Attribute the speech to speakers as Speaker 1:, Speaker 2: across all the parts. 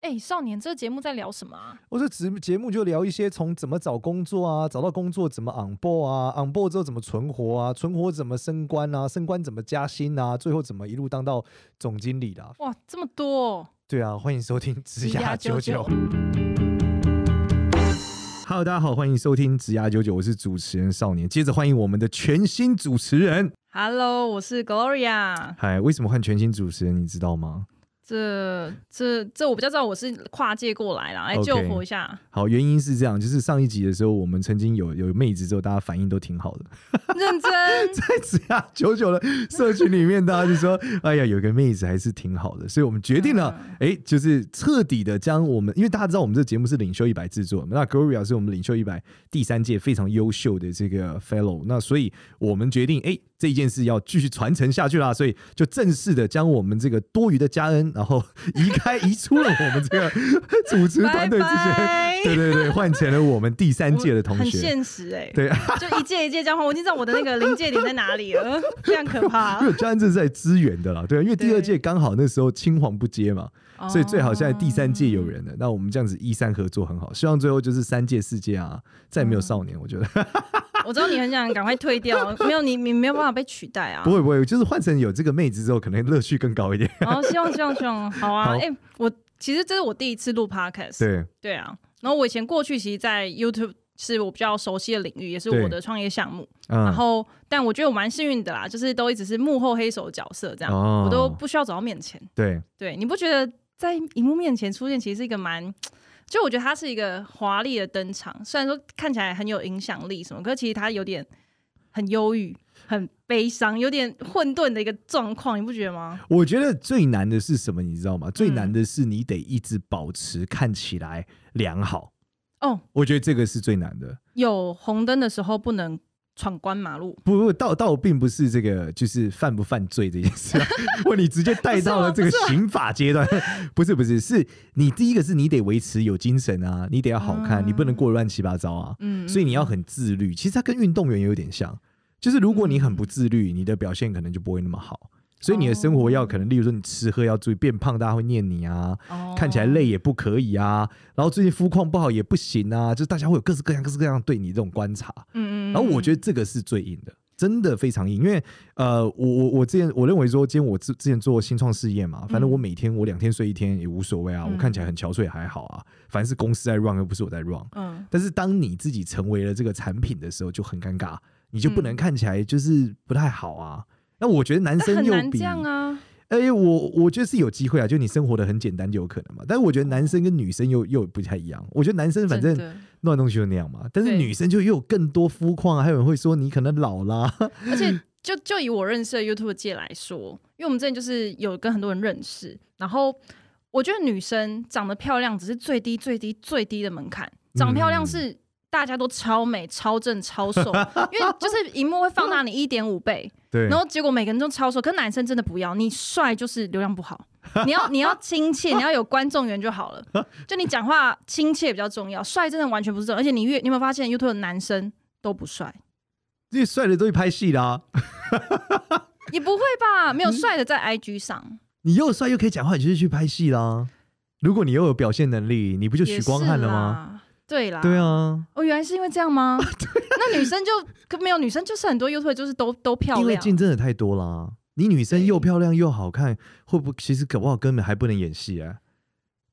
Speaker 1: 哎，少年，这个节目在聊什么啊？
Speaker 2: 我这节节目就聊一些从怎么找工作啊，找到工作怎么 on board 啊，on board 之后怎么存活啊，存活怎么升官啊，升官怎么加薪啊，最后怎么一路当到总经理的啊、
Speaker 1: 哇，这么多、哦！
Speaker 2: 对啊，欢迎收听《职
Speaker 1: 职
Speaker 2: 涯
Speaker 1: 涯
Speaker 2: 九九
Speaker 1: 九》。
Speaker 2: Hello，大家好，欢迎收听《职涯九九》，我是主持人少年。接着欢迎我们的全新主持人。
Speaker 1: Hello，我是 Gloria。
Speaker 2: 嗨，为什么换全新主持人？你知道吗？
Speaker 1: 这这这我比较知道我是跨界过来啦，来哎
Speaker 2: OK
Speaker 1: 救活一下。
Speaker 2: 好，原因是这样，就是上一集的时候，我们曾经有有妹子之后，大家反应都挺好的。
Speaker 1: 认真，
Speaker 2: 在只要九九的社群里面，大家就 说：“哎呀，有个妹子还是挺好的。”所以我们决定了，
Speaker 1: 嗯
Speaker 2: 哎、就是彻底的将我们，因为大家知道我们这节目是领袖一百制作的嘛，那 Gloria 是我们领袖一百第三届非常优秀的这个 Fellow，那所以我们决定，哎、这一件事要继续传承下去啦，所以就正式的将我们这个多余的加恩，然后移开移出了我们这个主持团队之
Speaker 1: 拜
Speaker 2: 间，
Speaker 1: 拜
Speaker 2: 对对对，换成了我们第三届的同
Speaker 1: 很
Speaker 2: 学。
Speaker 1: 现实哎、
Speaker 2: 对，
Speaker 1: 就一届一届交换，我已经知道我的那个临界点在哪里了， 非常可怕
Speaker 2: 因。为教案这是在支援的啦，对啊，因为第二
Speaker 1: 对哦
Speaker 2: 届刚好那时候青黄不接嘛， 所以最好现在第三届有人了。那我们这样子一三合作很好，希望最后就是三届四届啊，再没有少年，我觉得
Speaker 1: 哦我知道你很想赶快退掉，没有你，你没有办法被取代啊
Speaker 2: 不。会不会，就是换成有这个妹子之后，可能乐趣更高 一点。
Speaker 1: 然后哦希望希望希望，好啊。
Speaker 2: 好
Speaker 1: 哎、我其实这是我第一次录 podcast，
Speaker 2: 对
Speaker 1: 对啊。然后我以前过去其实，在 YouTube 是我比较熟悉的领域，也是
Speaker 2: 对
Speaker 1: 我的创业项目。然
Speaker 2: 嗯，
Speaker 1: 后，但我觉得我蛮幸运的啦，就是都一直是幕后黑手角色这样，
Speaker 2: 哦
Speaker 1: 我都不需要走到面前。
Speaker 2: 对
Speaker 1: 对，你不觉得在荧幕面前出现，其实是一个蛮……就我觉得它是一个华丽的登场，虽然说看起来很有影响力什么，可是其实它有点很忧郁、很悲伤、有点混沌的一个状况，你不觉得吗？
Speaker 2: 我觉得最难的是什么，你知道吗？最
Speaker 1: 嗯
Speaker 2: 难的是你得一直保持看起来良好，
Speaker 1: 哦，
Speaker 2: 我觉得这个是最难的。
Speaker 1: 有红灯的时候不能闯关马路，
Speaker 2: 不不，倒倒并不是这个，就是犯不犯罪这件 事、啊。问你直接带到了
Speaker 1: 啊
Speaker 2: 这个刑法阶段， 不是不是，是你第一个是你得维持有精神啊，你得要好看，
Speaker 1: 嗯
Speaker 2: 你不能过得乱七八糟啊，
Speaker 1: 嗯，
Speaker 2: 所以你要很自律。其实它跟运动员有点像，就是如果你很不自
Speaker 1: 嗯
Speaker 2: 律，你的表现可能就不会那么好。所以你的生活要可能，例如说你吃喝要注意，变胖大家会念你啊，
Speaker 1: 哦
Speaker 2: 看起来累也不可以啊，然后最近肤况不好也不行啊，就是大家会有各式各样、各式各样对你这种观察。
Speaker 1: 嗯，嗯嗯，
Speaker 2: 然后我觉得这个是最硬的，真的非常硬，因为呃，我我我之前我认为说，今天我之之前做新创事业嘛，反正我每天我两天睡一天也无所谓啊，
Speaker 1: 嗯
Speaker 2: 我看起来很憔悴还好啊，反正是公司在 run 又不是我在 run。
Speaker 1: 嗯，
Speaker 2: 但是当你自己成为了这个产品的时候，就很尴尬，你就不能看起来就是不太好啊。那我觉得男
Speaker 1: 但
Speaker 2: 生
Speaker 1: 很
Speaker 2: 又
Speaker 1: 难这
Speaker 2: 比，
Speaker 1: 样啊，
Speaker 2: 哎、我我觉得是有机会啊，就你生活的很简单就有可能嘛。但是我觉得男生跟女生又又不太一样，我觉得男生反正
Speaker 1: 真的
Speaker 2: 乱东西就那样嘛。但是
Speaker 1: 对
Speaker 2: 女生就又有更多肤况啊，还有人会说你可能老啦，
Speaker 1: 而且就就以我认识的 YouTube 界来说，因为我们之前就是有跟很多人认识，然后我觉得女生长得漂亮只是最低最低最低的门槛，长漂
Speaker 2: 嗯
Speaker 1: 亮是。大家都超美、超正、超瘦，因为就是荧幕会放大你一点五倍，
Speaker 2: 对
Speaker 1: 然后结果每个人都超瘦。可是男生真的不要，你帅就是流量不 好，你要你要亲切，你要有观众缘就好了。就你讲话亲切比较重要，帅真的完全不是重要。而且你越你有没有发现 YouTube 的男生都不帅？
Speaker 2: 因为帅的都去拍戏啦，
Speaker 1: 也不会吧？没有帅的在 IG 上，
Speaker 2: 你又帅又可以讲话，你就是去拍戏啦。如果你又有表现能力，你不 就
Speaker 1: 也
Speaker 2: 许光汉
Speaker 1: 是
Speaker 2: 了吗？
Speaker 1: 啦？对啦，
Speaker 2: 对，啊，
Speaker 1: 哦，原来是因为这样 吗？那女生就可没有女生，就是很多 YouTube 就是都都漂
Speaker 2: 因为
Speaker 1: 亮，
Speaker 2: 竞争的太多啦。你女生又漂亮又好看，会不会其实搞不好根本还不能演戏啊？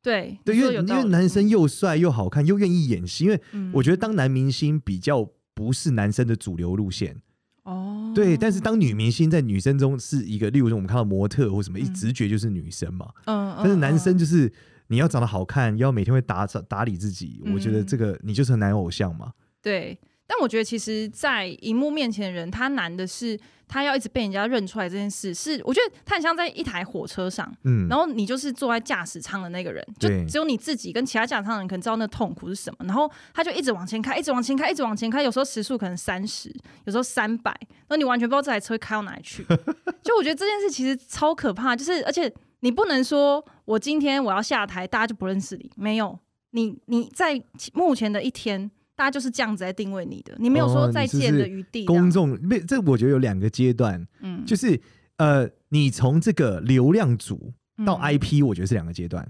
Speaker 1: 对
Speaker 2: 对，
Speaker 1: 你
Speaker 2: 因
Speaker 1: 说
Speaker 2: 为
Speaker 1: 有
Speaker 2: 因
Speaker 1: 道
Speaker 2: 为
Speaker 1: 理
Speaker 2: 男生又帅又好看又愿意演戏，因为
Speaker 1: 嗯
Speaker 2: 我觉得当男明星比较不是男生的主流路线，
Speaker 1: 哦，
Speaker 2: 对，但是当女明星在女生中是一个，例如说我们看到模特或什么，一
Speaker 1: 嗯
Speaker 2: 直觉就是女生嘛。
Speaker 1: 嗯，嗯
Speaker 2: 但是男生
Speaker 1: 嗯
Speaker 2: 就是你要长得好看，要每天会打扫打理自己，我觉得
Speaker 1: 嗯
Speaker 2: 这个你就是男偶像嘛。
Speaker 1: 对。但我觉得，其实，在荧幕面前的人，他难的是他要一直被人家认出来这件事。是，我觉得他很像在一台火车上，
Speaker 2: 嗯
Speaker 1: 然，后你就是坐在驾驶舱的那个人，就
Speaker 2: 对
Speaker 1: 只有你自己跟其他驾驶舱的人可能知道那痛苦是什么。然后他就一直往前开，一直往前开，一直往前开，有时候时速可能三十，有时候三百，那你完全不知道这台车会开到哪里 去。就我觉得这件事其实超可怕，就是而且你不能说我今天我要下台，大家就不认识你，没有你你在其目前的一天。大家就是这样子在定位你的，你没有
Speaker 2: 哦
Speaker 1: 说
Speaker 2: 你
Speaker 1: 再
Speaker 2: 就
Speaker 1: 见
Speaker 2: 是
Speaker 1: 的余地这样。
Speaker 2: 公众没这，我觉得有两个阶段，
Speaker 1: 嗯
Speaker 2: 就是呃，你从这个流量组
Speaker 1: 嗯
Speaker 2: 到
Speaker 1: 嗯
Speaker 2: IP，我觉得是两个阶段。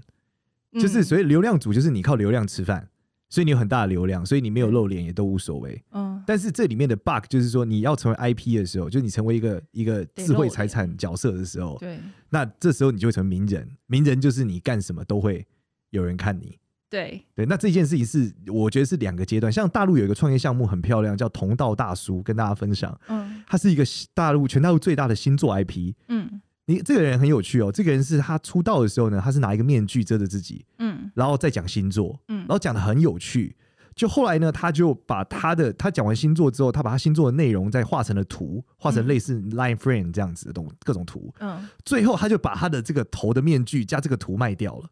Speaker 2: 就是所谓流量组，就是你靠流量吃饭，所以你有很大的流量，所以你没有露脸也都无所谓。
Speaker 1: 嗯，
Speaker 2: 但是这里面的 bug 就是说，你要成为 IP 的时候，就是你成为一个一个
Speaker 1: 得
Speaker 2: 智慧
Speaker 1: 露
Speaker 2: 财
Speaker 1: 脸
Speaker 2: 产角色的时候，
Speaker 1: 对
Speaker 2: 那这时候你就会成为名人。名人就是你干什么都会有人看你。
Speaker 1: 对，
Speaker 2: 对，那这件事情是我觉得是两个阶段。像大陆有一个创业项目很漂亮，叫同道大叔，跟大家分享。
Speaker 1: 嗯
Speaker 2: 他是一个大陆全大陆最大的星座 IP。
Speaker 1: 嗯
Speaker 2: 你这个人很有趣哦，这个人是他出道的时候呢，他是拿一个面具遮着自己，
Speaker 1: 嗯
Speaker 2: 然后再讲星座，
Speaker 1: 嗯
Speaker 2: 然后讲的很有趣。就后来呢，他就把他的他讲完星座之后，他把他星座的内容再画成了图，画成类似 Line Frame 这样子的东各种图。
Speaker 1: 嗯，
Speaker 2: 最后，他就把他的这个头的面具加这个图卖掉了，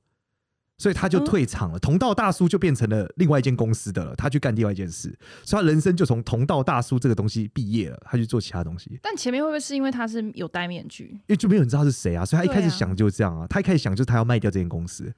Speaker 2: 所以他就
Speaker 1: 嗯
Speaker 2: 退场了。同道大叔就变成了另外一间公司的了，他去干另外一件事，所以他人生就从同道大叔这个东西毕业了，他去做其他东西。
Speaker 1: 但前面会不会是因为他是有戴面具？
Speaker 2: 因为就没有人知道他是谁啊，所以他一
Speaker 1: 对
Speaker 2: 开始
Speaker 1: 啊
Speaker 2: 想就是这样啊，他一开始想就是他要卖掉这间公司，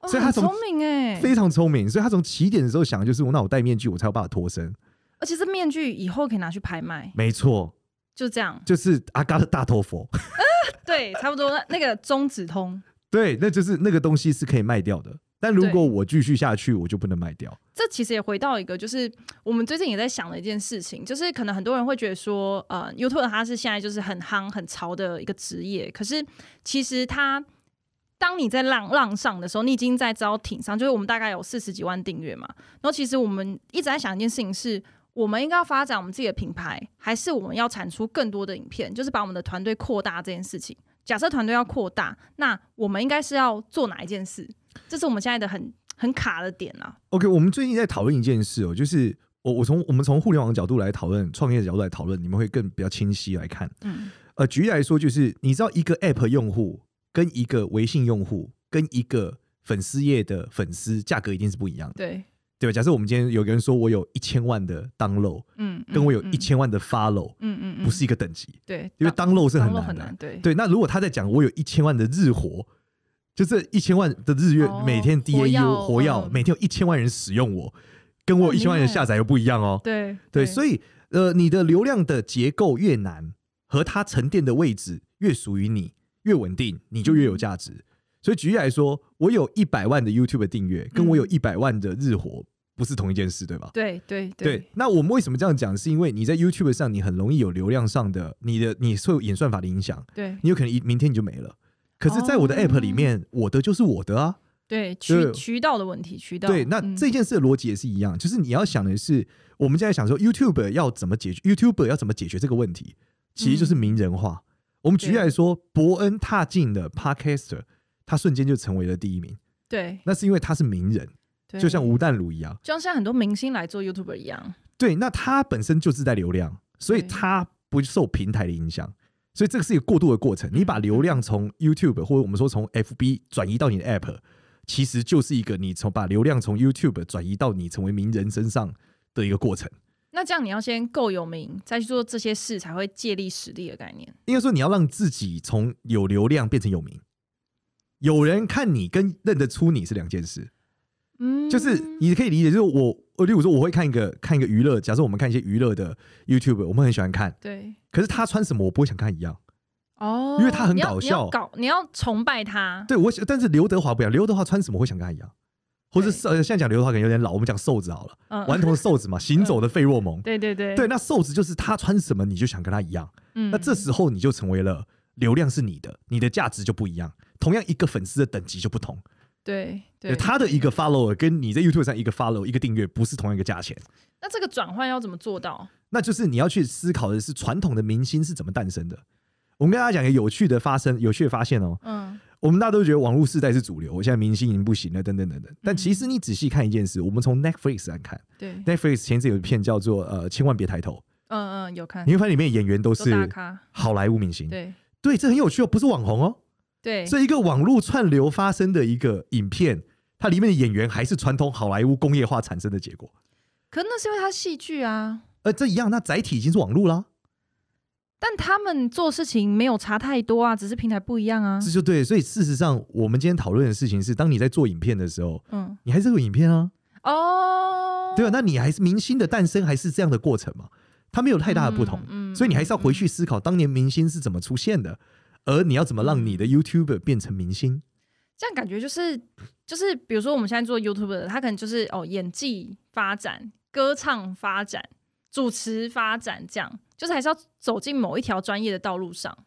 Speaker 1: 哦
Speaker 2: 所以他
Speaker 1: 很
Speaker 2: 从
Speaker 1: 聪明哎、
Speaker 2: 非常聪明，所以他从起点的时候想的就是我那我戴面具我才有办法脱身，
Speaker 1: 而且这面具以后可以拿去拍卖，
Speaker 2: 没错，
Speaker 1: 就这样，
Speaker 2: 就是阿嘎的大头佛，
Speaker 1: 对，差不多那那个中指通，
Speaker 2: 对，那就是那个东西是可以卖掉的，但如果我继续下去，我就不能卖掉，
Speaker 1: 这其实也回到一个，就是我们最近也在想的一件事情，就是可能很多人会觉得说，呃，YouTube 它是现在就是很夯很潮的一个职业，可是其实它。当你在浪浪上的时候，你已经在招挺上，就是我们大概有四十几万订阅嘛。然后其实我们一直在想一件事情是。我们应该要发展我们自己的品牌，还是我们要产出更多的影片，就是把我们的团队扩大这件事情。假设团队要扩大，那我们应该是要做哪一件事？这是我们现在的很很卡的点啊。
Speaker 2: OK，我们最近在讨论一件事哦，就是我我从我们从互联网角度来讨论，创业的角度来讨论，你们会更比较清晰来看。
Speaker 1: 嗯，
Speaker 2: 呃，举例来说，就是你知道一个 App 用户跟一个微信用户跟一个粉丝页的粉丝价格一定是不一样的，
Speaker 1: 对，
Speaker 2: 对吧？假设我们今天有个人说我有一千万的 download，
Speaker 1: 嗯，
Speaker 2: 跟我有
Speaker 1: 嗯
Speaker 2: 一，千万的 follow，、
Speaker 1: 嗯嗯嗯，
Speaker 2: 不是一个等级，
Speaker 1: 对，
Speaker 2: 因为 download 是很
Speaker 1: 当落
Speaker 2: 难
Speaker 1: 很
Speaker 2: 的。
Speaker 1: 难，对，
Speaker 2: 对，那如果他在讲我有一千万的日活，就这一千万的日月、
Speaker 1: 哦
Speaker 2: 每天
Speaker 1: 活
Speaker 2: DAU
Speaker 1: 跃
Speaker 2: 活跃，
Speaker 1: 嗯
Speaker 2: 每天有一千万人使用我，跟我有
Speaker 1: 很
Speaker 2: 一千万人
Speaker 1: 厉害
Speaker 2: 下载又不一样哦。
Speaker 1: 对
Speaker 2: 对，所以呃，你的流量的结构越难，和它沉淀的位置越属于你，越稳定，你就越有价
Speaker 1: 嗯
Speaker 2: 值。所以举例来说，我有一百万的 YouTube 订阅，跟
Speaker 1: 嗯
Speaker 2: 我有一百万的日活，不是同一件事，对吧？
Speaker 1: 对对
Speaker 2: 对，，那我们为什么这样讲？是因为你在 YouTube 上，你很容易有流量上的，你的你受演算法的影响，
Speaker 1: 对
Speaker 2: 你有可能一明天你就没了。可是，在我的
Speaker 1: 哦
Speaker 2: App 里面，我的就是我的啊。
Speaker 1: 对，
Speaker 2: 对
Speaker 1: 渠渠道的问题，渠道，
Speaker 2: 对，那
Speaker 1: 嗯
Speaker 2: 这件事的逻辑也是一样，就是你要想的是，我们现在想说 YouTube 要怎么解决，YouTube 要怎么解决这个问题，其实就是名人
Speaker 1: 嗯
Speaker 2: 化。我们举例来说，伯恩踏进了 Podcaster，他瞬间就成为了第一名，
Speaker 1: 对
Speaker 2: 那是因为他是名人，
Speaker 1: 对，
Speaker 2: 就像吴淡如一样。
Speaker 1: 就像现在很多明星来做 YouTuber 一样，
Speaker 2: 对，那他本身就自带流量，所以
Speaker 1: 对
Speaker 2: 他不受平台的影响。所以这个是一个过渡的过程，
Speaker 1: 嗯
Speaker 2: 你把流量从 YouTube 或者我们说从 FB 转移到你的 App，其实就是一个你从把流量从 YouTube 转移到你成为名人身上的一个过程。
Speaker 1: 那这样你要先够有名，再去做这些事，才会借力使力的概念。
Speaker 2: 应该说，你要让自己从有流量变成有名，有人看你跟认得出你是两件事。
Speaker 1: 嗯，
Speaker 2: 就是你可以理解，就是我，我例如说我会看一个看一个娱乐，假设我们看一些娱乐的 YouTube，我们很喜欢看，
Speaker 1: 对
Speaker 2: 可是他穿什么我不会想看一样。
Speaker 1: 哦，
Speaker 2: 因为他很
Speaker 1: 你要
Speaker 2: 搞
Speaker 1: 你要
Speaker 2: 笑
Speaker 1: 搞你要崇拜他，
Speaker 2: 对我喜，但是刘德华不一样，刘德华穿什么会想跟他一样，或是
Speaker 1: 对
Speaker 2: 瘦呃现在讲刘德华可能有点老，我们讲瘦 子好了，
Speaker 1: 嗯，
Speaker 2: 顽童的瘦子嘛，行走的费洛蒙，
Speaker 1: 对对对
Speaker 2: 对，，那瘦子就是他穿什么你就想跟他一样，
Speaker 1: 嗯
Speaker 2: 那这时候你就成为了流量是你的，你的价值就不一样，同样一个粉丝的等级就不同，
Speaker 1: 对对，
Speaker 2: 他的一个 follower 跟你在 YouTube 上一个 follow 一个订阅不是同样一个价钱，
Speaker 1: 那这个转换要怎么做到？
Speaker 2: 那就是你要去思考的是传统的明星是怎么诞生的。我们跟大家讲一个有趣的发生，有趣的发现哦，
Speaker 1: 嗯，
Speaker 2: 我们大家都觉得网络世代是主流，现在明星已经不行了，等等等等。
Speaker 1: 嗯
Speaker 2: 但其实你仔细看一件事，我们从 Netflix 来看
Speaker 1: 对，
Speaker 2: ，Netflix 前一阵有一片叫做呃“千万别抬头
Speaker 1: 嗯嗯，有”，看
Speaker 2: 你，会发现里面演员都
Speaker 1: 都大
Speaker 2: 是
Speaker 1: 咖，
Speaker 2: 好莱坞明星，
Speaker 1: 对
Speaker 2: 对，这很有趣哦，不是网红哦，
Speaker 1: 对，
Speaker 2: 这一个网络串流发生的一个影片，它里面的演员还是传统好莱坞工业化产生的结果，
Speaker 1: 可那是因为他戏剧啊，
Speaker 2: 呃，这一样，那载体已经是网络啦，
Speaker 1: 但他们做事情没有差太多啊，只是平台不一样啊
Speaker 2: 这。就对。所以事实上，我们今天讨论的事情是，当你在做影片的时候，
Speaker 1: 嗯，
Speaker 2: 你还是有影片啊，
Speaker 1: 哦，
Speaker 2: 对啊，那你还是明星的诞生还是这样的过程嘛，它没有太大的不同。
Speaker 1: 嗯
Speaker 2: 所以你还是要回去
Speaker 1: 嗯
Speaker 2: 思考当年明星是怎么出现的，而你要怎么让你的 YouTuber 变成明星？
Speaker 1: 这样感觉就是就是，比如说我们现在做 YouTube 的，他可能就是哦演技发展、歌唱发展、主持发展，这样就是还是要走进某一条专业的道路上。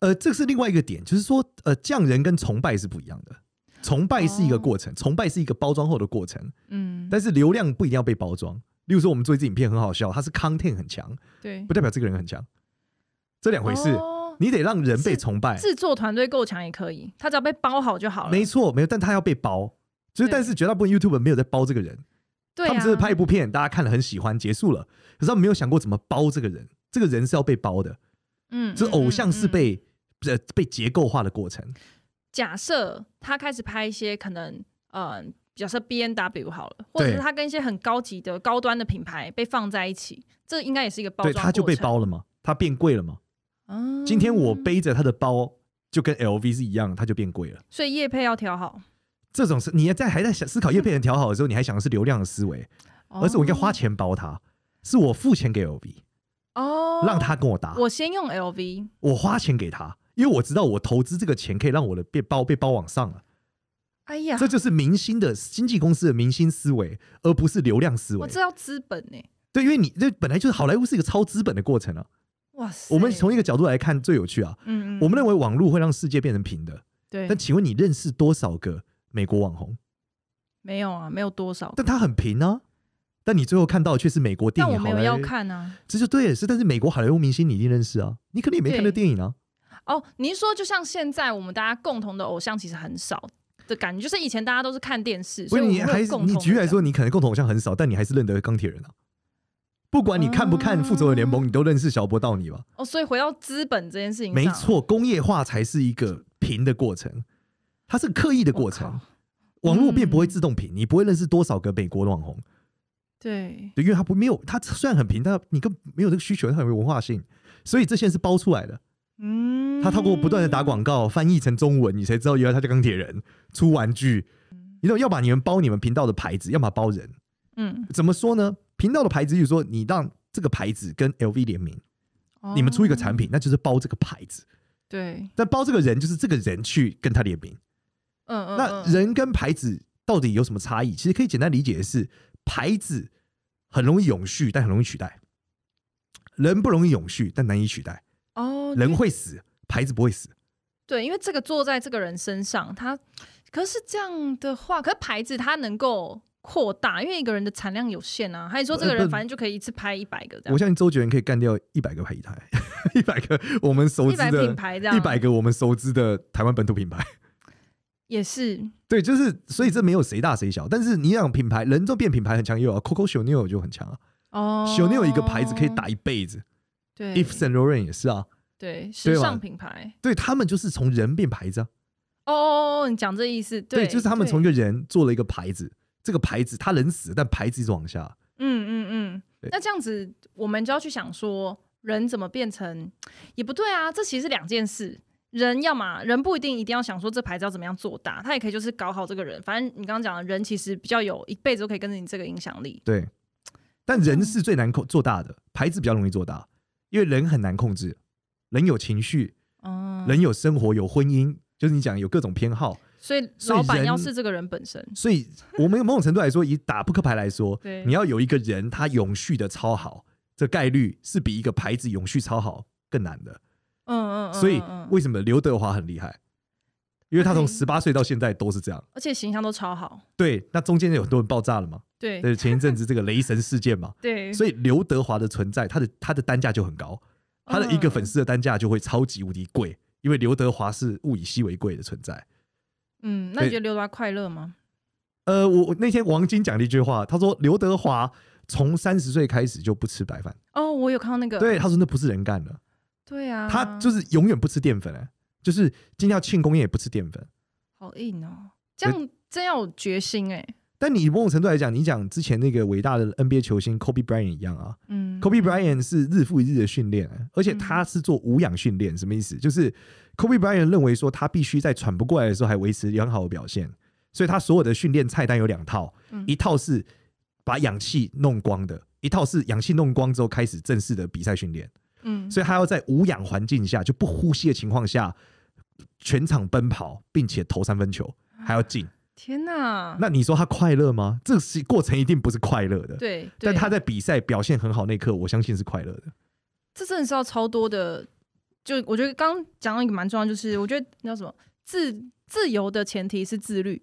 Speaker 2: 呃，这是另外一个点，就是说，呃，匠人跟崇拜是不一样的。崇拜是
Speaker 1: 哦
Speaker 2: 一个过程，崇拜是一个包装后的过程，
Speaker 1: 嗯，
Speaker 2: 但是流量不一定要被包装。例如说，我们做一支影片很好笑，它是 content 很强，
Speaker 1: 对，
Speaker 2: 不代表这个人很强，这两回事。
Speaker 1: 哦
Speaker 2: 你得让人被
Speaker 1: 是
Speaker 2: 崇拜，
Speaker 1: 制作团队够强也可以，他只要被包好就好了。
Speaker 2: 没错，没有，但他要被包。就是，
Speaker 1: 对
Speaker 2: 但是绝大部分 YouTube 没有在包这个人，
Speaker 1: 对、啊，
Speaker 2: 他们只是拍一部片，大家看了很喜欢，结束了。可是他们没有想过怎么包这个人，这个人是要被包的，
Speaker 1: 嗯，嗯，
Speaker 2: 这偶像
Speaker 1: 嗯
Speaker 2: 是
Speaker 1: 嗯
Speaker 2: 被呃被结构化的过程。
Speaker 1: 假设他开始拍一些可能，呃，假设 B N W 好了，或者是
Speaker 2: 对
Speaker 1: 他跟一些很高级的、高端的品牌被放在一起，这应该也是一个包
Speaker 2: 对，
Speaker 1: 装。
Speaker 2: 他就被。包了嘛，他变贵了嘛。
Speaker 1: 嗯
Speaker 2: 今天我，背着他的包，就跟 LV 是一样，它就变贵了。
Speaker 1: 所以叶配要调好，
Speaker 2: 这种是你在还在想思考叶配人调好的时候，你还想的是流量的思维，而是我应该花钱包它，是我付钱给 LV，
Speaker 1: 哦，
Speaker 2: 让他跟我搭，
Speaker 1: 我先用 L V，
Speaker 2: 我花钱给他，因为我知道我投资这个钱可以让我的被包被包往上了。
Speaker 1: 哎 呀，
Speaker 2: 这就是明星的经纪公司的明星思维，而不是流量思
Speaker 1: 我
Speaker 2: 维。
Speaker 1: 这要资本呢、
Speaker 2: 对，因为你这本来就是好莱坞是一个超资本的过程啊。
Speaker 1: 哇塞，
Speaker 2: 我们从一个角度来看最有趣啊，
Speaker 1: 嗯嗯，
Speaker 2: 我们认为网络会让世界变成平的，
Speaker 1: 对
Speaker 2: 但，请问你认识多少个美国网红？
Speaker 1: 没有啊，没有多少，
Speaker 2: 但它很平啊。但你最后看到的却是美国电
Speaker 1: 但
Speaker 2: 影，
Speaker 1: 我没有
Speaker 2: 好莱
Speaker 1: 要
Speaker 2: 坞，
Speaker 1: 看啊。
Speaker 2: 这就对了。是，但是美国好莱坞明星你一定认识啊，你肯定也没看
Speaker 1: 对
Speaker 2: 这电影啊。
Speaker 1: 哦，您说就像现在我们大家共同的偶像其实很少的感觉，就是以前大家都是看电视，所以
Speaker 2: 是
Speaker 1: 我
Speaker 2: 你
Speaker 1: 们会
Speaker 2: 还
Speaker 1: 有
Speaker 2: 是
Speaker 1: 共同
Speaker 2: 你
Speaker 1: 的
Speaker 2: 举例来
Speaker 1: 感
Speaker 2: 说，你可能共同偶像很少，但你还是认得钢铁人啊。不管你看不看《复仇者联盟》，你都认识小波道尼吧？
Speaker 1: 哦，所以回到资本这件事情，
Speaker 2: 没，错，工业化才是一个平的过程，它是刻意的过程
Speaker 1: 我。
Speaker 2: 网络并不会自动平，你不会认识多少个美国的网红，
Speaker 1: 对，
Speaker 2: 对，因为它不没有，它虽然很平，但你根本没有这个需求，它很没有文化性，所以这些是包出来的。
Speaker 1: 嗯
Speaker 2: 他透过不断的打广告翻译成中文，你才知道原来他叫钢铁人，出玩具。你懂，要把你们包你们频道的牌子，要么包人。
Speaker 1: 嗯，
Speaker 2: 怎么说呢？频道的牌子，就是说你让这个牌子跟 LV 联名，你们出一个产
Speaker 1: 品，
Speaker 2: 品，那就是包这个牌子。
Speaker 1: 哦对，
Speaker 2: 但包这个人，就是这个人去跟他联名。
Speaker 1: 嗯嗯，
Speaker 2: 那
Speaker 1: 嗯
Speaker 2: 人跟牌子到底有什么差异？其实可以简单理解的是，牌子很容易永续，但很容易取代；人不容易永续，但难以取代。
Speaker 1: 哦，因
Speaker 2: 人
Speaker 1: 为
Speaker 2: 会死，牌子不会死。
Speaker 1: 对，因为这个坐在这个人身上，他可是这样的话，可是牌子它能够扩大，因为一个人的产量有限啊，还是说这个
Speaker 2: 呃
Speaker 1: 人
Speaker 2: 不
Speaker 1: 反正就可以一次拍一百个这
Speaker 2: 我
Speaker 1: 样，
Speaker 2: 相信周杰伦可以干掉一百个牌台， 一百个我们熟
Speaker 1: 一
Speaker 2: 知
Speaker 1: 百品
Speaker 2: 的，
Speaker 1: 牌这样，
Speaker 2: 一百个我们熟知的台湾本土品牌。
Speaker 1: 也是，
Speaker 2: 对，就是所以这没有谁大谁小，但是你让品牌人都变品牌很强也有啊，Coco Chanel 就很强啊
Speaker 1: 哦，
Speaker 2: ，Chanel 一个牌子可以打一辈子
Speaker 1: 对
Speaker 2: ，If Saint Laurent 也是啊，
Speaker 1: 对时
Speaker 2: 对吧
Speaker 1: 尚品牌。
Speaker 2: 对他们就是从人变牌子啊，
Speaker 1: 哦哦哦，你讲这意思，
Speaker 2: 对，
Speaker 1: 对，
Speaker 2: 就是他们
Speaker 1: 对
Speaker 2: 从一个人做了一个牌子，这个牌子他人死，但牌子一直往下，
Speaker 1: 嗯嗯嗯
Speaker 2: 对，
Speaker 1: 那这样子我们就要去想说，人怎么变成也不对啊，这其实是两件事。人要嘛，人不一定一定要想说这牌子要怎么样做大，他也可以就是搞好这个人。反正你刚刚讲的人其实比较有一辈子都可以跟着你这个影响力。
Speaker 2: 对，但人
Speaker 1: 嗯
Speaker 2: 是最难控做大的，牌子比较容易做大，因为人很难控制，人有情绪，
Speaker 1: 哦、
Speaker 2: 人有生活，有婚姻，就是你讲有各种偏 好，
Speaker 1: 所以
Speaker 2: 所以
Speaker 1: 老板
Speaker 2: 人
Speaker 1: 要是这个人本身，
Speaker 2: 所以我们某种程度来说，以打扑克牌来说
Speaker 1: 对，
Speaker 2: 你要有一个人他永续的超好，这概率是比一个牌子永续超好更难的。
Speaker 1: 嗯嗯嗯，
Speaker 2: 所以
Speaker 1: 嗯嗯哎
Speaker 2: 为什么刘德华很厉害？因为他从
Speaker 1: OK
Speaker 2: 十八岁到现在都是这样。
Speaker 1: 而且形象都超好，
Speaker 2: 对，那中间有很多人爆炸了嘛？
Speaker 1: 对
Speaker 2: 对，前一阵子这个雷神事件嘛，
Speaker 1: 对，
Speaker 2: 所以刘德华的存在，他的他的单价就很高，他的一
Speaker 1: 嗯
Speaker 2: 个粉丝的单价就会超级无敌贵，因为刘德华是物以稀为贵的存在。
Speaker 1: 嗯，那
Speaker 2: 所
Speaker 1: 你
Speaker 2: 以
Speaker 1: 觉得刘德华快乐吗？
Speaker 2: 呃，我我那天王晶讲了一句话，他说刘德华从三十岁开始就不吃白饭，
Speaker 1: 哦，我有看到那个，
Speaker 2: 对，他说那不是人干的，
Speaker 1: 对啊，
Speaker 2: 他就是永远不吃淀粉、欸，就是今天要庆功宴也不吃淀粉。
Speaker 1: 好硬哦，这样真要有决心哎、
Speaker 2: 但你某种程度来讲，你讲之前那个伟大的 NBA 球星 Kobe Bryant 一样啊
Speaker 1: 嗯
Speaker 2: ，Kobe Bryant 是日复一日的训练、欸，而且
Speaker 1: 嗯
Speaker 2: 他是做无氧训练，什么意思？就是 Kobe Bryant 认为说他必须在喘不过来的时候还维持良好的表现，所以他所有的训练菜单有两套，
Speaker 1: 嗯
Speaker 2: 一套是把氧气弄光的，一套是氧气弄光之后开始正式的比赛训练，
Speaker 1: 嗯，
Speaker 2: 所以他要在无氧环境下就不呼吸的情况下全场奔跑，并且投三分球，
Speaker 1: 啊
Speaker 2: 还要近。
Speaker 1: 天哪！
Speaker 2: 那你说他快乐吗？这是过程一定不是快乐的。
Speaker 1: 对，对
Speaker 2: 但他在比赛表现很好那一刻，我相信是快乐的。
Speaker 1: 这真的是要超多的。就我觉得刚刚讲到一个蛮重要，就是我觉得那叫什么自自由的前提是自律。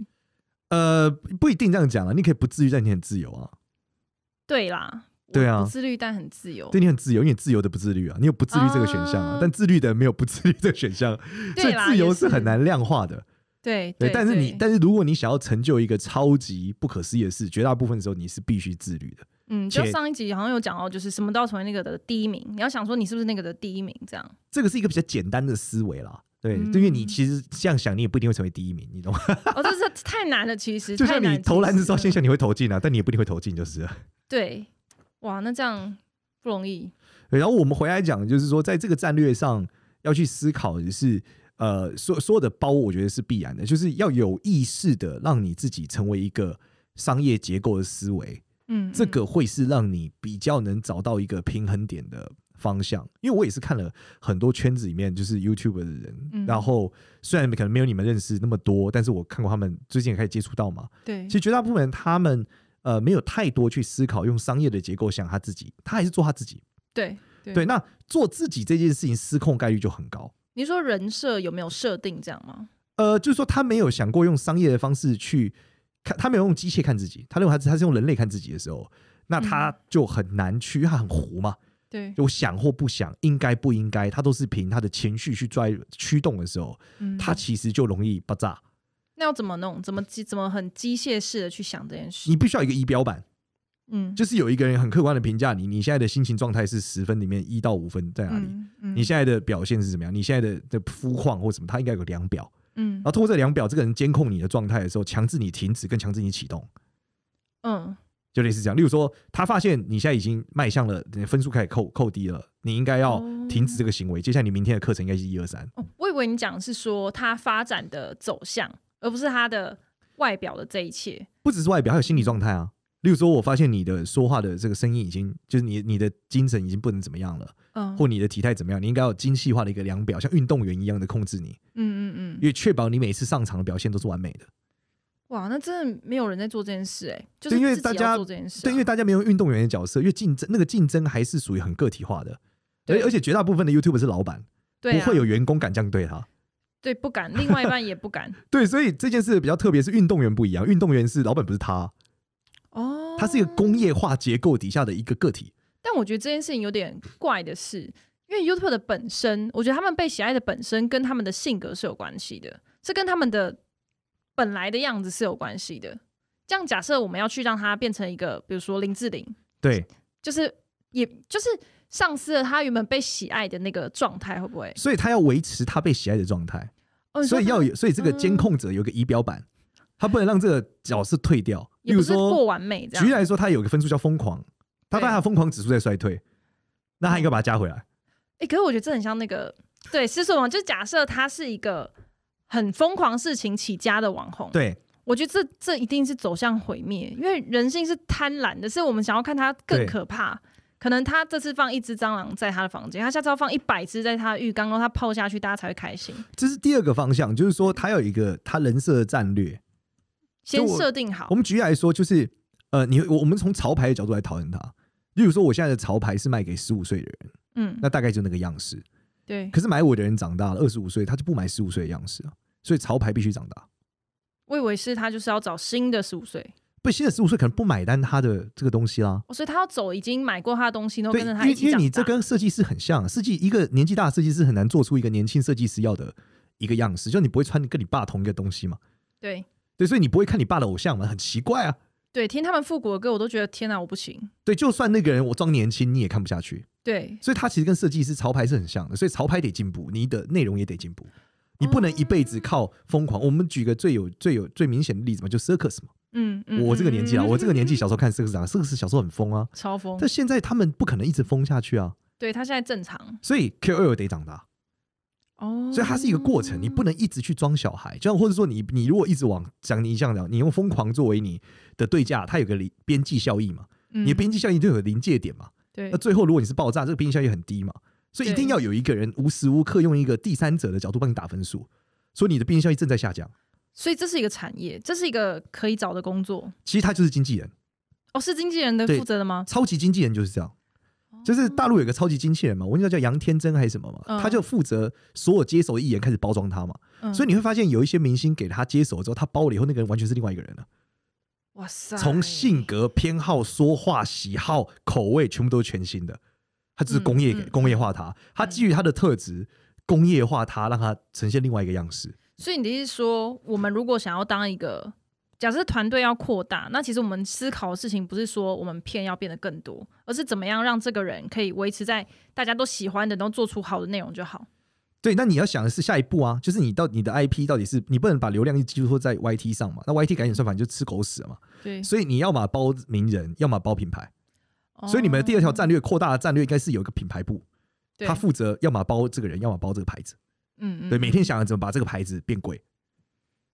Speaker 2: 呃，不一定这样讲啊，你可以不自律，但你很自由啊。
Speaker 1: 对啦，
Speaker 2: 对
Speaker 1: 我
Speaker 2: 啊
Speaker 1: 不，自律但很自由。
Speaker 2: 对你很自由，因为你自由的不自律啊，你有不自律这个选项、啊，
Speaker 1: 啊
Speaker 2: 但自律的没有不自律这个选项，所
Speaker 1: 对
Speaker 2: 以
Speaker 1: 啦
Speaker 2: 自由
Speaker 1: 也
Speaker 2: 是
Speaker 1: 是
Speaker 2: 很难量化的。
Speaker 1: 对
Speaker 2: 对，
Speaker 1: 对，
Speaker 2: 但是你
Speaker 1: 对，
Speaker 2: 但是如果你想要成就一个超级不可思议的事，绝大部分的时候你是必须自律的。
Speaker 1: 嗯，就
Speaker 2: 且
Speaker 1: 上一集好像有讲到，就是什么都要成为那个的第一名。你要想说你是不是那个的第一名，这样
Speaker 2: 这个是一个比较简单的思维啦。对，
Speaker 1: 嗯
Speaker 2: 因为你其实这样想，你也不一定会成为第一名，你懂吗？
Speaker 1: 哦，这 是太难了，其实
Speaker 2: 就
Speaker 1: 太
Speaker 2: 像
Speaker 1: 难
Speaker 2: 你投篮的时候，
Speaker 1: 其
Speaker 2: 先
Speaker 1: 实了
Speaker 2: 想你会投进啊，但你也不一定会投进，就是了。
Speaker 1: 对，哇，那这样不容易。
Speaker 2: 对然后我们回来讲，就是说，在这个战略上要去思考的是，呃，所所有的包，我觉得是必然的，就是要有意识的让你自己成为一个商业结构的思维，
Speaker 1: 嗯，
Speaker 2: 这
Speaker 1: 嗯
Speaker 2: 个会是让你比较能找到一个平衡点的方向。因为我也是看了很多圈子里面就是 YouTube 的人，
Speaker 1: 嗯
Speaker 2: 然后虽然可能没有你们认识那么多，但是我看过他们最近也开始接触到嘛。
Speaker 1: 对
Speaker 2: 其实绝大部分人他们呃没有太多去思考用商业的结构想他自己，他还是做他自己。
Speaker 1: 对
Speaker 2: 对，，那做自己这件事情失控概率就很高。
Speaker 1: 你说人设有没有设定这样吗？
Speaker 2: 呃，就是说他没有想过用商业的方式去看，他没有用机械看自己，他认为他是他是用人类看自己的时候，那
Speaker 1: 嗯
Speaker 2: 他就很难去，因为他很糊嘛，
Speaker 1: 对，
Speaker 2: 就想或不想，应该不应该，他都是凭他的情绪去拽驱动的时候，
Speaker 1: 嗯
Speaker 2: 他其实就容易爆炸。
Speaker 1: 那要怎么弄？怎么机怎么很机械式的去想这件事？
Speaker 2: 你必须要有一个仪表板，
Speaker 1: 嗯，
Speaker 2: 就是有一个人很客观的评价你，你现在的心情状态是十分里面一到五分在哪里？
Speaker 1: 嗯嗯
Speaker 2: 你现在的表现是怎么样？你现在的的肤况或什么，他应该有个量表。
Speaker 1: 嗯
Speaker 2: 然后通过这量表，这个人监控你的状态的时候，强制你停止，跟强制你启动，
Speaker 1: 嗯
Speaker 2: 就类似这样。例如说，他发现你现在已经迈向了你的分数开始扣扣低了，你应该要
Speaker 1: 哦
Speaker 2: 停止这个行为。接下来你明天的课程应该是一二三。
Speaker 1: 哦，我以为你讲的是说他发展的走向，而不是他的外表的这一切。
Speaker 2: 不只是外表，还有心理状态啊。例如说，我发现你的说话的这个声音已经，就是你你的精神已经不能怎么样了，
Speaker 1: 嗯
Speaker 2: 或你的体态怎么样，你应该要有精细化的一个量表，像运动员一样的控制你，
Speaker 1: 嗯嗯
Speaker 2: 因为确保你每次上场的表现都是完美的。
Speaker 1: 哇，那真的没有人在做这件事哎、就是
Speaker 2: 对因为
Speaker 1: 自己
Speaker 2: 大
Speaker 1: 要
Speaker 2: 家
Speaker 1: 做这件事啊、
Speaker 2: 对，因为大家没有运动员的角色，因为竞争那个竞争还是属于很个体化的，而
Speaker 1: 对
Speaker 2: 而且绝大部分的 YouTube 是老板，
Speaker 1: 对、啊、
Speaker 2: 不会有员工敢这样对他。
Speaker 1: 对不敢，另外一半也不 敢
Speaker 2: 对，所以这件事比较特别，是运动员不一样，运动员是老板不是他，
Speaker 1: 哦。
Speaker 2: 他是一个工业化结构底下的一个个体。
Speaker 1: 但我觉得这件事情有点怪的是，因为 YouTube 的本身，我觉得他们被喜爱的本身跟他们的性格是有关系的，是跟他们的本来的样子是有关系的。这样假设我们要去让他变成一个，比如说林志玲，
Speaker 2: 对，
Speaker 1: 就是也就是丧失了他原本被喜爱的那个状态，会不会？
Speaker 2: 所以他要维持他被喜爱的状态，
Speaker 1: 哦，你说
Speaker 2: 所以
Speaker 1: 他
Speaker 2: 要有，所以这个监
Speaker 1: 嗯
Speaker 2: 控者有个仪表板，他不能让这个角色退掉。例
Speaker 1: 也
Speaker 2: 如
Speaker 1: 不是
Speaker 2: 说
Speaker 1: 过，完美这
Speaker 2: 举例
Speaker 1: 样。
Speaker 2: 来说，他有个分数叫疯狂，他发现他的疯狂指数在衰退，那他应该把它加回来。
Speaker 1: 哎、可是我觉得这很像那个对失手网，就是假设他是一个很疯狂事情起家的网红，
Speaker 2: 对，
Speaker 1: 我觉得这这一定是走向毁灭，因为人性是贪婪的，是我们想要看它更
Speaker 2: 对
Speaker 1: 可怕。可能他这次放一只蟑螂在他的房间，他下次要放一百只在他的浴缸，然后他泡下去，大家才会开心。
Speaker 2: 这是第二个方向，就是说他有一个他人设的战略。
Speaker 1: 先
Speaker 2: 就我
Speaker 1: 设定好
Speaker 2: 我，们举例来说，就是呃，你我我们从潮牌的角度来讨论它。例如说，我现在的潮牌是卖给十五岁的人，
Speaker 1: 嗯，
Speaker 2: 那大概就那个样式。
Speaker 1: 对，
Speaker 2: 可是买我的人长大了，二十五岁，他就不买十五岁的样式了。啊所以潮牌必须长大。
Speaker 1: 我以为是他就是要找新的十五岁，
Speaker 2: 不，新的十五岁可能不买单他的这个东西啦。
Speaker 1: 哦所以他要走已经买过他的东西，都
Speaker 2: 对，
Speaker 1: 跟着他
Speaker 2: 因为
Speaker 1: 一起
Speaker 2: 因为
Speaker 1: 长
Speaker 2: 你这
Speaker 1: 大。
Speaker 2: 跟设计师很像，设计一个年纪大的设计师很难做出一个年轻设计师要的一个样式，就你不会穿跟你爸同一个东西嘛。
Speaker 1: 对
Speaker 2: 对，所以你不会看你爸的偶像嘛，很奇怪啊。
Speaker 1: 对，听他们复古的歌，我都觉得天哪，我不行。
Speaker 2: 对，就算那个人我装年轻，你也看不下去。
Speaker 1: 对，
Speaker 2: 所以它其实跟设计师潮牌是很像的，所以潮牌得进步，你的内容也得进步，你不能一辈子靠疯狂。我们举个最有最有最明显的例子嘛，就 circus 嘛。
Speaker 1: 嗯嗯，
Speaker 2: 我这个年纪啊，
Speaker 1: 嗯
Speaker 2: 我这个年纪小时候看 circus 啊，circus 小时候很疯啊，
Speaker 1: 超疯
Speaker 2: 但，现在他们不可能一直疯下去啊，
Speaker 1: 对他现在正常
Speaker 2: 所以 KOL 得长大，
Speaker 1: 哦，
Speaker 2: 所以它是一个过程，你不能一直去装小孩。就像或者说你你如果一直往讲你这样讲，你用疯狂作为你的对价，它有个临边际效益嘛，
Speaker 1: 嗯
Speaker 2: 你的边际效益就有临界点嘛。
Speaker 1: 对
Speaker 2: 那最后如果你是爆炸，这个边际效益很低嘛，所以一定
Speaker 1: 对
Speaker 2: 要有一个人无时无刻用一个第三者的角度帮你打分数，所以你的边际效益正在下降。
Speaker 1: 所以这是一个产业，这是一个可以找的工作。
Speaker 2: 其实他就是经纪人，
Speaker 1: 哦，是经纪人的
Speaker 2: 对
Speaker 1: 负责的吗？
Speaker 2: 超级经纪人就是这样。就是大陆有个超级经纪人嘛，我忘记他叫杨天真还是什么嘛，
Speaker 1: 嗯
Speaker 2: 他就负责所有接手的艺人开始包装他嘛，
Speaker 1: 嗯
Speaker 2: 所以你会发现有一些明星给他接手之后，他包了以后，那个人完全是另外一个人了，
Speaker 1: 哇塞，
Speaker 2: 从性格、偏好、说话、喜好、口味，全部都是全新的，他只是工业、
Speaker 1: 嗯嗯
Speaker 2: 工业化他，他基于他的特质工业化他，让他呈现另外一个样式。
Speaker 1: 所以你的意思是说，我们如果想要当一个，假设团队要扩大，那其实我们思考的事情不是说我们片要变得更多，而是怎么样让这个人可以维持在大家都喜欢的，然后做出好的内容就好。
Speaker 2: 对，那你要想的是下一步啊，就是你到你的 IP 到底是你不能把流量一直寄托在 YT 上嘛，那 YT 赶紧算法你就吃狗屎了嘛，
Speaker 1: 对，
Speaker 2: 所以你要么包名人，要么包品牌。
Speaker 1: 哦
Speaker 2: 所以你们的第二条战略扩大的战略应该是有一个品牌部，
Speaker 1: 对
Speaker 2: 他负责要么包这个人，要么包这个牌子。
Speaker 1: 嗯嗯，
Speaker 2: 对，每天想着怎么把这个牌子变贵。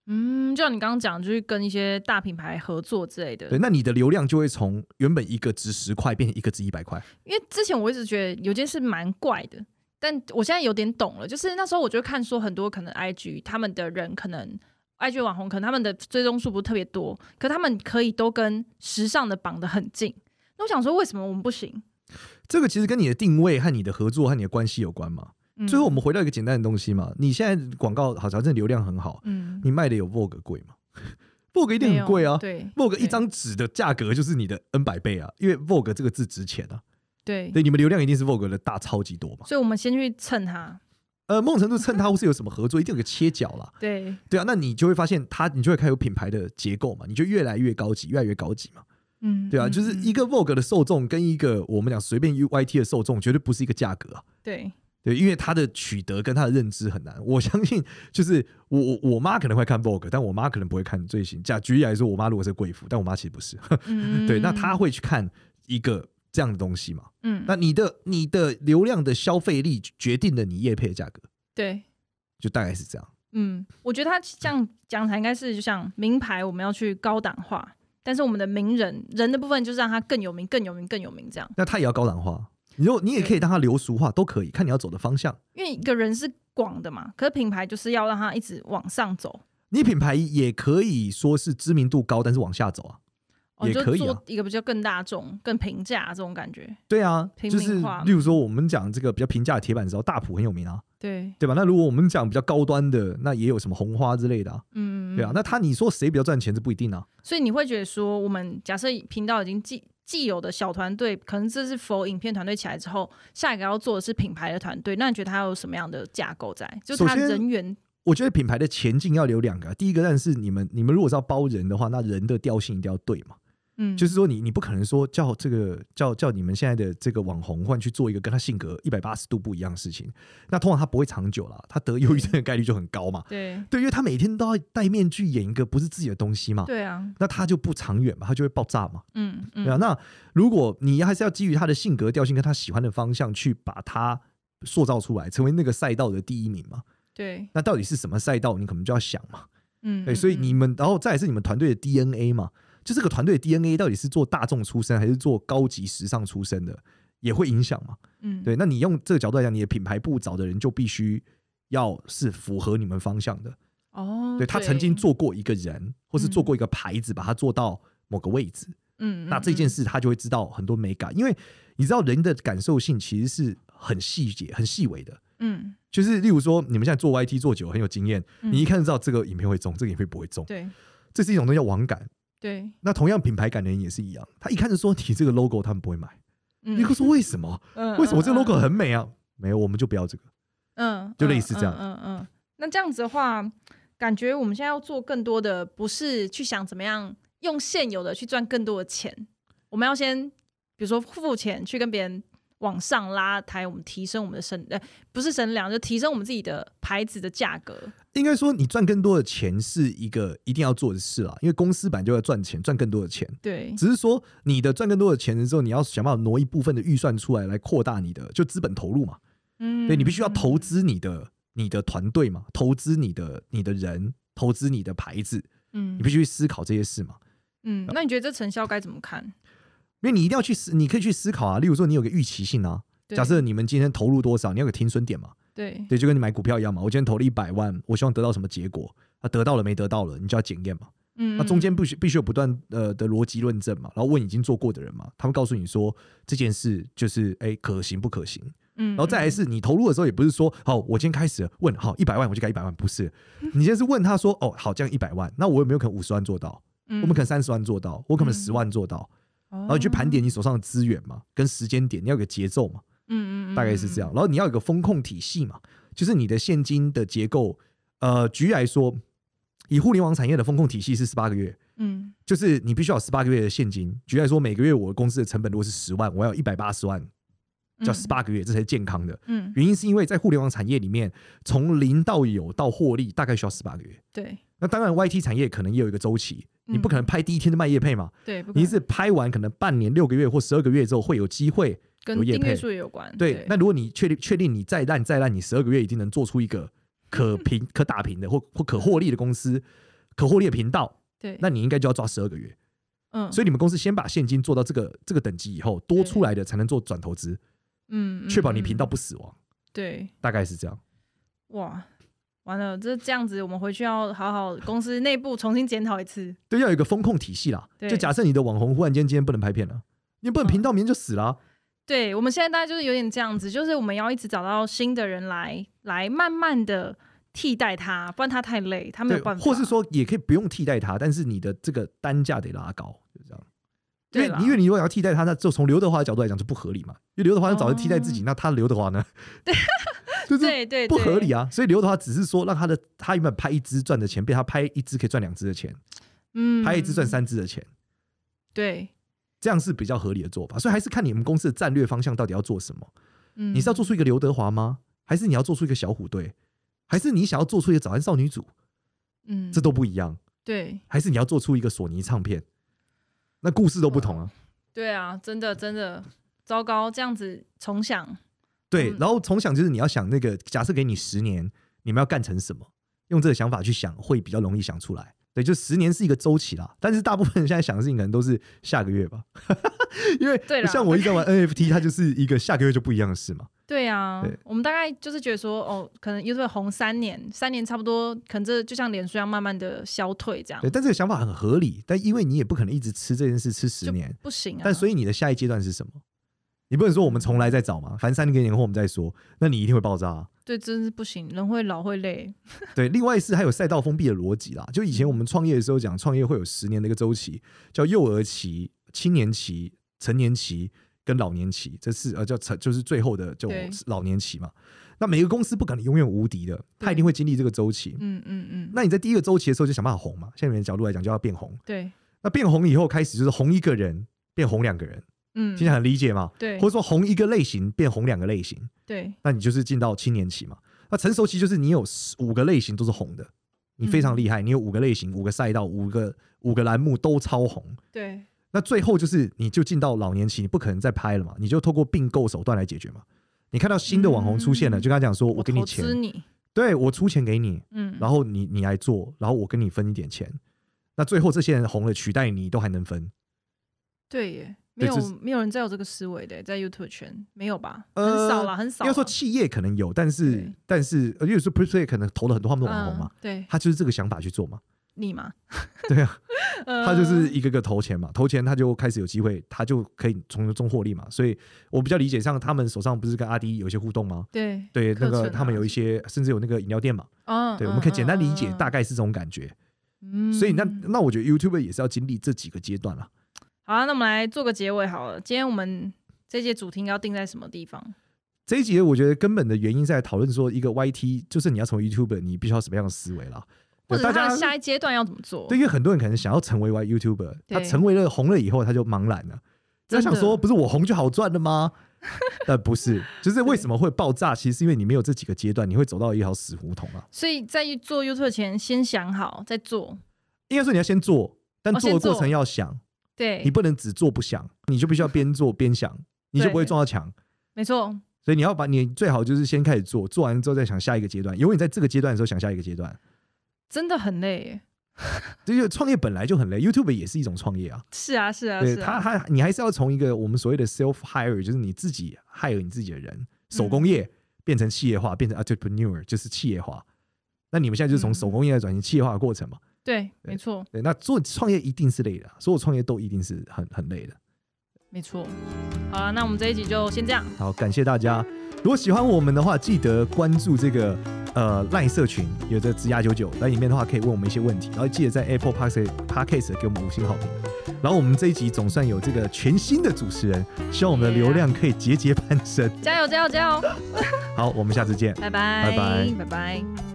Speaker 1: 嗯，就像你刚刚讲，就是跟一些大品牌合作之类的。
Speaker 2: 对，那你的流量就会从原本一个值十块变成一个值一百块。
Speaker 1: 因为之前我一直觉得有件事蛮怪的，但我现在有点懂了。就是那时候我就看说很多可能 IG 他们的人可能 IG 网红可能他们的追踪数不是特别多，可他们可以都跟时尚的绑得很近。那我想说为什么我们不行？
Speaker 2: 这个其实跟你的定位和你的合作和你的关系有关嘛。
Speaker 1: 嗯
Speaker 2: 最后我们回到一个简单的东西嘛，你现在广告好像这流量很好，
Speaker 1: 嗯，
Speaker 2: 你卖的有 Vogue 贵吗 ？Vogue 一
Speaker 1: 一
Speaker 2: 定很贵啊。
Speaker 1: 对
Speaker 2: Vogue 一
Speaker 1: 对
Speaker 2: 张纸的价格就是你的 N 百倍啊，因为 Vogue 这个字值钱啊。
Speaker 1: 对，
Speaker 2: 对，你们流量一定是 Vogue 的大超级多嘛。
Speaker 1: 所以我们先去蹭它。
Speaker 2: 呃，梦程度趁它或是有什么合作，一定有个切角啦。
Speaker 1: 对，
Speaker 2: 对啊，那你就会发现它，你就会开始有品牌的结构嘛，你就越来越高级，越来越高级嘛。
Speaker 1: 嗯，
Speaker 2: 对啊，
Speaker 1: 嗯
Speaker 2: 就是一
Speaker 1: 嗯
Speaker 2: 个 Vogue 的受众跟一个我们讲随便 YT 的受众，绝对不是一个价格啊。
Speaker 1: 对，
Speaker 2: 对，因为它的取得跟它的认知很难。我相信，就是我我我妈可能会看 Vogue，但我妈可能不会看最新。假举例来说，我妈如果是贵妇，但我妈其实不是。
Speaker 1: 嗯
Speaker 2: 对，那她会去看一个这样的东西嘛？
Speaker 1: 嗯，
Speaker 2: 那你的你的流量的消费力决定了你业配的价格，
Speaker 1: 对。
Speaker 2: 就大概是这样。
Speaker 1: 嗯，我觉得他这样讲才应该是，就像名牌我们要去高档化，但是我们的名人人的部分就是让他更有名、更有名、更有名这样。
Speaker 2: 那它也要高档化。你如果你也可以让它流俗化，都可以看你要走的方向。
Speaker 1: 因为一个人是广的嘛，可是品牌就是要让他一直往上走，
Speaker 2: 你品牌也可以说是知名度高，但是往下走啊。
Speaker 1: 哦、你
Speaker 2: 也
Speaker 1: 就
Speaker 2: 可以啊
Speaker 1: 做一个比较更大众、更平价这种感觉。
Speaker 2: 对啊，
Speaker 1: 平
Speaker 2: 就
Speaker 1: 民
Speaker 2: 是
Speaker 1: 化
Speaker 2: 例如说我们讲这个比较平价的铁板烧，大埔很有名啊，
Speaker 1: 对，
Speaker 2: 对吧？那如果我们讲比较高端的，那也有什么红花之类的、啊，
Speaker 1: 嗯，
Speaker 2: 对啊。那他你说谁比较赚钱，这不一定啊。
Speaker 1: 所以你会觉得说，我们假设频道已经既既有的小团队，可能这是否影片团队起来之后，下一个要做的是品牌的团队，那你觉得它有什么样的架构在？就是它
Speaker 2: 首先
Speaker 1: 人员，
Speaker 2: 我觉得品牌的前进要留两个啊，第一个但是你们你们如果是要包人的话，那人的调性一定要对嘛。
Speaker 1: 嗯，
Speaker 2: 就是说你你不可能说叫这个叫叫你们现在的这个网红换去做一个跟他性格一百八十度不一样的事情，那通常他不会长久啦，他得忧郁症的概率就很高嘛。
Speaker 1: 对，
Speaker 2: 对，因为他每天都要戴面具演一个不是自己的东西嘛，
Speaker 1: 对啊，
Speaker 2: 那他就不长远嘛，他就会爆炸嘛，
Speaker 1: 嗯嗯
Speaker 2: 对啊。那如果你还是要基于他的性格调性跟他喜欢的方向去把他塑造出来，成为那个赛道的第一名嘛，
Speaker 1: 对，
Speaker 2: 那到底是什么赛道，你可能就要想嘛。
Speaker 1: 嗯，
Speaker 2: 对，
Speaker 1: 嗯
Speaker 2: 所以你
Speaker 1: 嗯
Speaker 2: 们，然后再来是你们团队的 DNA 嘛，就这个团队的 DNA 到底是做大众出身还是做高级时尚出身的，也会影响嘛。
Speaker 1: 嗯，
Speaker 2: 对，那你用这个角度来讲，你的品牌部找的人就必须要是符合你们方向的。
Speaker 1: 哦，
Speaker 2: 对他曾经，做过一个人，或是做过一个牌子，把它做到某个位置，
Speaker 1: 嗯，
Speaker 2: 那这件
Speaker 1: 事，
Speaker 2: 事他就会知道很多美感，因为你知道人的感受性其实是很细节、很细微的。
Speaker 1: 嗯，
Speaker 2: 就是例如说，你们现在做 YT 做久很有经验，
Speaker 1: 嗯
Speaker 2: 你一看就知道这个影片会中，这个影片不会中，
Speaker 1: 对
Speaker 2: 这是一种东西叫网感。
Speaker 1: 对，
Speaker 2: 那同样品牌感的人也是一样，他一看就说你这个 logo 他们不会买，
Speaker 1: 嗯
Speaker 2: 你会说为什么？为什么这个 logo 很美啊？没有，我们就不要这个。
Speaker 1: 嗯，嗯
Speaker 2: 就类似这样
Speaker 1: 嗯嗯嗯。那这样子的话，感觉我们现在要做更多的，不是去想怎么样用现有的去赚更多的钱，我们要先比如说付钱去跟别人往上拉抬，我们提升我们的身，呃，不是身量，就提升我们自己的牌子的价格。
Speaker 2: 应该说，你赚更多的钱是一个一定要做的事啦，因为公司版就要赚钱，赚更多的钱。
Speaker 1: 对，
Speaker 2: 只是说，你的赚更多的钱的时候，你要想办法挪一部分的预算出来，来扩大你的就资本投入嘛。
Speaker 1: 嗯
Speaker 2: 对你必须要投资你的你的团队嘛，投资你的你的人，投资你的牌子，
Speaker 1: 嗯
Speaker 2: 你必须去思考这些事嘛。
Speaker 1: 嗯，那你觉得这成效该怎么看？
Speaker 2: 因为你一定要去思，你可以去思考啊。例如说，你有个预期性啊，
Speaker 1: 对
Speaker 2: 假设你们今天投入多少，你要有个停损点嘛，
Speaker 1: 对
Speaker 2: 对，就跟你买股票一样嘛。我今天投了一百万，我希望得到什么结果？啊，得到了没得到了，你就要检验嘛。
Speaker 1: 嗯，
Speaker 2: 那中间必须必须有不断呃的逻辑论证嘛，然后问已经做过的人嘛，他们告诉你说这件事就是哎、可行不可行，
Speaker 1: 嗯，嗯，
Speaker 2: 然后再来是你投入的时候也不是说好我今天开始了问好一百万我就给一百万，不是，你先是问他说哦好这样一百万，那我有没有可能五十万做到？
Speaker 1: 嗯，哦
Speaker 2: 我
Speaker 1: 我
Speaker 2: 们可能三十万做到，我可能十万做到，
Speaker 1: 然
Speaker 2: 然后你去盘，点你手上的资源嘛，跟时间点，你要有个节奏嘛，
Speaker 1: 嗯嗯，
Speaker 2: 大概是这
Speaker 1: 样，
Speaker 2: 样。然后你要有个风控体系嘛，就是你的现金的结构。呃，举例来说，以互联网产业的风控体系是十八个月，
Speaker 1: 嗯
Speaker 2: 就是你必须要十八个月的现金。举例来说，每个月我公司的成本如果是十万，我要一百八十万，
Speaker 1: 嗯
Speaker 2: 叫十，八个月，这才是健康的。
Speaker 1: 嗯，嗯
Speaker 2: 原因是因为在互联网产业里面，从零到有到获利，大概需要十八个月。
Speaker 1: 对
Speaker 2: 那当然，YT 产业可能也有一个周期，你不可能拍第一天就卖业配嘛，
Speaker 1: 对，嗯不可
Speaker 2: 你
Speaker 1: 能
Speaker 2: 是拍完可能半年、六个月或十二个月之后会有机会。
Speaker 1: 跟
Speaker 2: 有业
Speaker 1: 订阅
Speaker 2: 配
Speaker 1: 数也有关，
Speaker 2: 对，那如果你确定确定你再烂再烂，你十二个月一定能做出一个 可平可打平的或或可获利的公司，可获利的频道，
Speaker 1: 对，
Speaker 2: 那你应该就要抓十二个月。
Speaker 1: 嗯，
Speaker 2: 所以你们公司先把现金做到这个这个等级以后，多出来的才能做转投资，
Speaker 1: 嗯，嗯
Speaker 2: 确保你频道，
Speaker 1: 嗯
Speaker 2: 不死亡，
Speaker 1: 对，
Speaker 2: 大概是这样。
Speaker 1: 哇，完了，这这样子，我们回去要好好公司内部重新检讨一次。
Speaker 2: 对，要有一个风控体系啦。
Speaker 1: 对嗯
Speaker 2: 就假设你的网红忽然间今天不能拍片了，你不能频道明天就死了啊、
Speaker 1: 对，我们现在大家就是有点这样子，就是我们要一直找到新的人来，来慢慢的替代他，不然他太累，他没
Speaker 2: 对
Speaker 1: 有办，法。
Speaker 2: 或是，说也可以不用替代它，但是你的这个单价得拉高，就这样。
Speaker 1: 对
Speaker 2: 因为
Speaker 1: 啦
Speaker 2: 你因为你如果要替代它，那就从刘德华的角度来讲就不合理嘛。因为刘德华要早就替代自己，那他刘德华 呢？对， 就是
Speaker 1: 哦对对
Speaker 2: 不合理
Speaker 1: 啊。
Speaker 2: 啊。所以刘德华只是说让他的他原本拍一支赚的钱，被他拍一支可以赚两支的钱，
Speaker 1: 嗯
Speaker 2: 拍一支赚，三支的钱，
Speaker 1: 对，
Speaker 2: 这样是比较合理的做法。所以还是看你们公司的战略方向到底要做什么。
Speaker 1: 嗯，
Speaker 2: 你是要做出一个刘德华吗？还是你要做出一个小虎队？还是你想要做出一个早安少女组？
Speaker 1: 嗯，
Speaker 2: 这都不一样。
Speaker 1: 对
Speaker 2: 还是你要做出一个索尼唱片？那故事都不同啊。
Speaker 1: 对啊，真的真的糟糕，这样子重想，
Speaker 2: 对
Speaker 1: 嗯，
Speaker 2: 然后从想就是你要想那个，假设给你十年，你们要干成什么？用这个想法去想，会比较容易想出来。对，就十年是一个周期啦，但是大部分人现在想的事情可能都是下个月吧， 因为
Speaker 1: 对啦
Speaker 2: 像我一直在玩 NFT，它就是一个下个月就不一样的事嘛。
Speaker 1: 对啊，
Speaker 2: 对
Speaker 1: 我们大概就是觉得说，哦，可能 YouTube 红三年，三年差不多，可能这就像脸书一样慢慢的消退这样
Speaker 2: 对，，但这个想法很合理，但因为你也不可能一直吃这件事吃十
Speaker 1: 就
Speaker 2: 年，
Speaker 1: 不行啊。
Speaker 2: 但所以你的下一阶段是什么？你不能说我们从来在找嘛，反正三年后我们再说，那你一定会爆炸、啊。
Speaker 1: 对，真是不行，人会老会累。
Speaker 2: 对，另外是还有赛道封闭的逻辑啦。就以前我们创业的时候讲，创业会有十年的一个周期，叫幼儿期、青年期、成年期跟老年期，这是呃叫成就是最后的就
Speaker 1: 对
Speaker 2: 老年期嘛。那每个公司不可能永远无敌的，它一定会经历这个周期。
Speaker 1: 嗯嗯嗯，
Speaker 2: 那你在第一个周期的时候就想办法红嘛，现在的角度来讲就要变红。
Speaker 1: 对，
Speaker 2: 那变红以后开始就是红一个人变红两个人，
Speaker 1: 嗯，
Speaker 2: 听起来很理解嘛？
Speaker 1: 对
Speaker 2: 或者说红一个类型变红两个类型，
Speaker 1: 对，
Speaker 2: 那你就是进到青年期嘛。那成熟期就是你有十五个类型都是红的，你非
Speaker 1: 嗯
Speaker 2: 常厉害，你有五个类型、五个赛道、五个五个栏目都超红。
Speaker 1: 对，
Speaker 2: 那最后就是你就进到老年期，你不可能再拍了嘛，你就透过并购手段来解决嘛。你看到新的网红出现了，
Speaker 1: 嗯
Speaker 2: 就跟他讲说：“我给你
Speaker 1: 投资
Speaker 2: 钱，
Speaker 1: 你，
Speaker 2: 对我出钱给你，
Speaker 1: 嗯，
Speaker 2: 然后你你来做，然后我跟你分一点钱。”那最后这些人红了取代你都还能分，
Speaker 1: 对耶，没
Speaker 2: 对
Speaker 1: 有
Speaker 2: 这是
Speaker 1: 没有人再有这个思维的，在 YouTube 圈没有吧？
Speaker 2: 呃
Speaker 1: 很少啦，很少
Speaker 2: 应
Speaker 1: 啦。
Speaker 2: 该说企业可能有，但是
Speaker 1: 对
Speaker 2: 但是呃因为说 p r e p a y 可能投了很多他们的网红嘛
Speaker 1: 嗯，，对
Speaker 2: 他就是这个想法去做嘛，
Speaker 1: 你嘛，
Speaker 2: 对啊，
Speaker 1: 呃
Speaker 2: 他就是一个个投钱嘛，
Speaker 1: 嗯
Speaker 2: 投钱他就开始有机会，他就可以从中获利嘛。所以我比较理解，像他们手上不是跟阿迪有一些互动吗？
Speaker 1: 对
Speaker 2: 对，
Speaker 1: 课
Speaker 2: 那个
Speaker 1: 程啊
Speaker 2: 他们有一些，甚至有那个饮料店嘛。
Speaker 1: 嗯，
Speaker 2: 对，
Speaker 1: 嗯
Speaker 2: 我们可以简单理解，大，
Speaker 1: 嗯
Speaker 2: 概是这种感觉。
Speaker 1: 嗯
Speaker 2: 所以那
Speaker 1: 嗯
Speaker 2: 那我觉得 YouTube 也是要经历这几个阶段啦。
Speaker 1: 好啊，那我们来做个结尾好了。今天我们这节主题应该要定在什么地方？
Speaker 2: 这一节我觉得根本的原因在讨论说，一个 YT 就是你要从 YouTube，你必须要什么样的思维啦。
Speaker 1: 或
Speaker 2: 对
Speaker 1: 者
Speaker 2: 大
Speaker 1: 是它
Speaker 2: 家
Speaker 1: 的下一阶段要怎么做？
Speaker 2: 对，因为很多人可能想要成为 Y YouTuber，他
Speaker 1: 哦对
Speaker 2: 成为了红了以后，他就茫然了。他
Speaker 1: 真的
Speaker 2: 想说，不是我红就好赚了吗？ 但不是，就是为什么会爆炸？其实是因为你没有这几个阶段，你会走到一条死胡同啊。
Speaker 1: 所以在做 YouTube 前，先想好再做。
Speaker 2: 应该说你要先做，但
Speaker 1: 哦
Speaker 2: 做
Speaker 1: 先
Speaker 2: 的过
Speaker 1: 做
Speaker 2: 程要想，
Speaker 1: 对
Speaker 2: 你，不能只做不想，你就必须要边做 边想，你就不会撞到墙。
Speaker 1: 没错，
Speaker 2: 所以你要把你最好就是先开始做，做完之后再想下一个阶段。永远在这个阶段的时候想下一个阶段。
Speaker 1: 真的很累耶。
Speaker 2: 这就创业本来就很累，YouTube 也是一种创业啊。
Speaker 1: 是啊，是啊，
Speaker 2: 对
Speaker 1: 是
Speaker 2: 他，
Speaker 1: 啊。
Speaker 2: 他你还是要从一个我们所谓的 self hire，就是你自己
Speaker 1: 嗯
Speaker 2: hire 你自己的人，手工业变成企业化，变成 entrepreneur，就是企业化。那你们现在就是从
Speaker 1: 嗯
Speaker 2: 手工业来转型企业化的过程嘛？
Speaker 1: 对，
Speaker 2: 对
Speaker 1: 没错，
Speaker 2: 对，那做创业一定是累的啊，所有创业都一定是很很累的。
Speaker 1: 没错。好了，那我们这一集就先这样。
Speaker 2: 好，感谢大家。如果喜欢我们的话，记得关注这个呃赖社群，有着职涯九九，在里面的话可以问我们一些问题，然后记得在 Apple Podcast Podcast 给我们五星好评。然后我们这一集总算有这个全新的主持人，希望我们的流量可以节节攀升。
Speaker 1: 加油，加油，加油！
Speaker 2: 好，我们下次见。
Speaker 1: 拜拜，
Speaker 2: 拜
Speaker 1: 拜
Speaker 2: 拜
Speaker 1: 拜。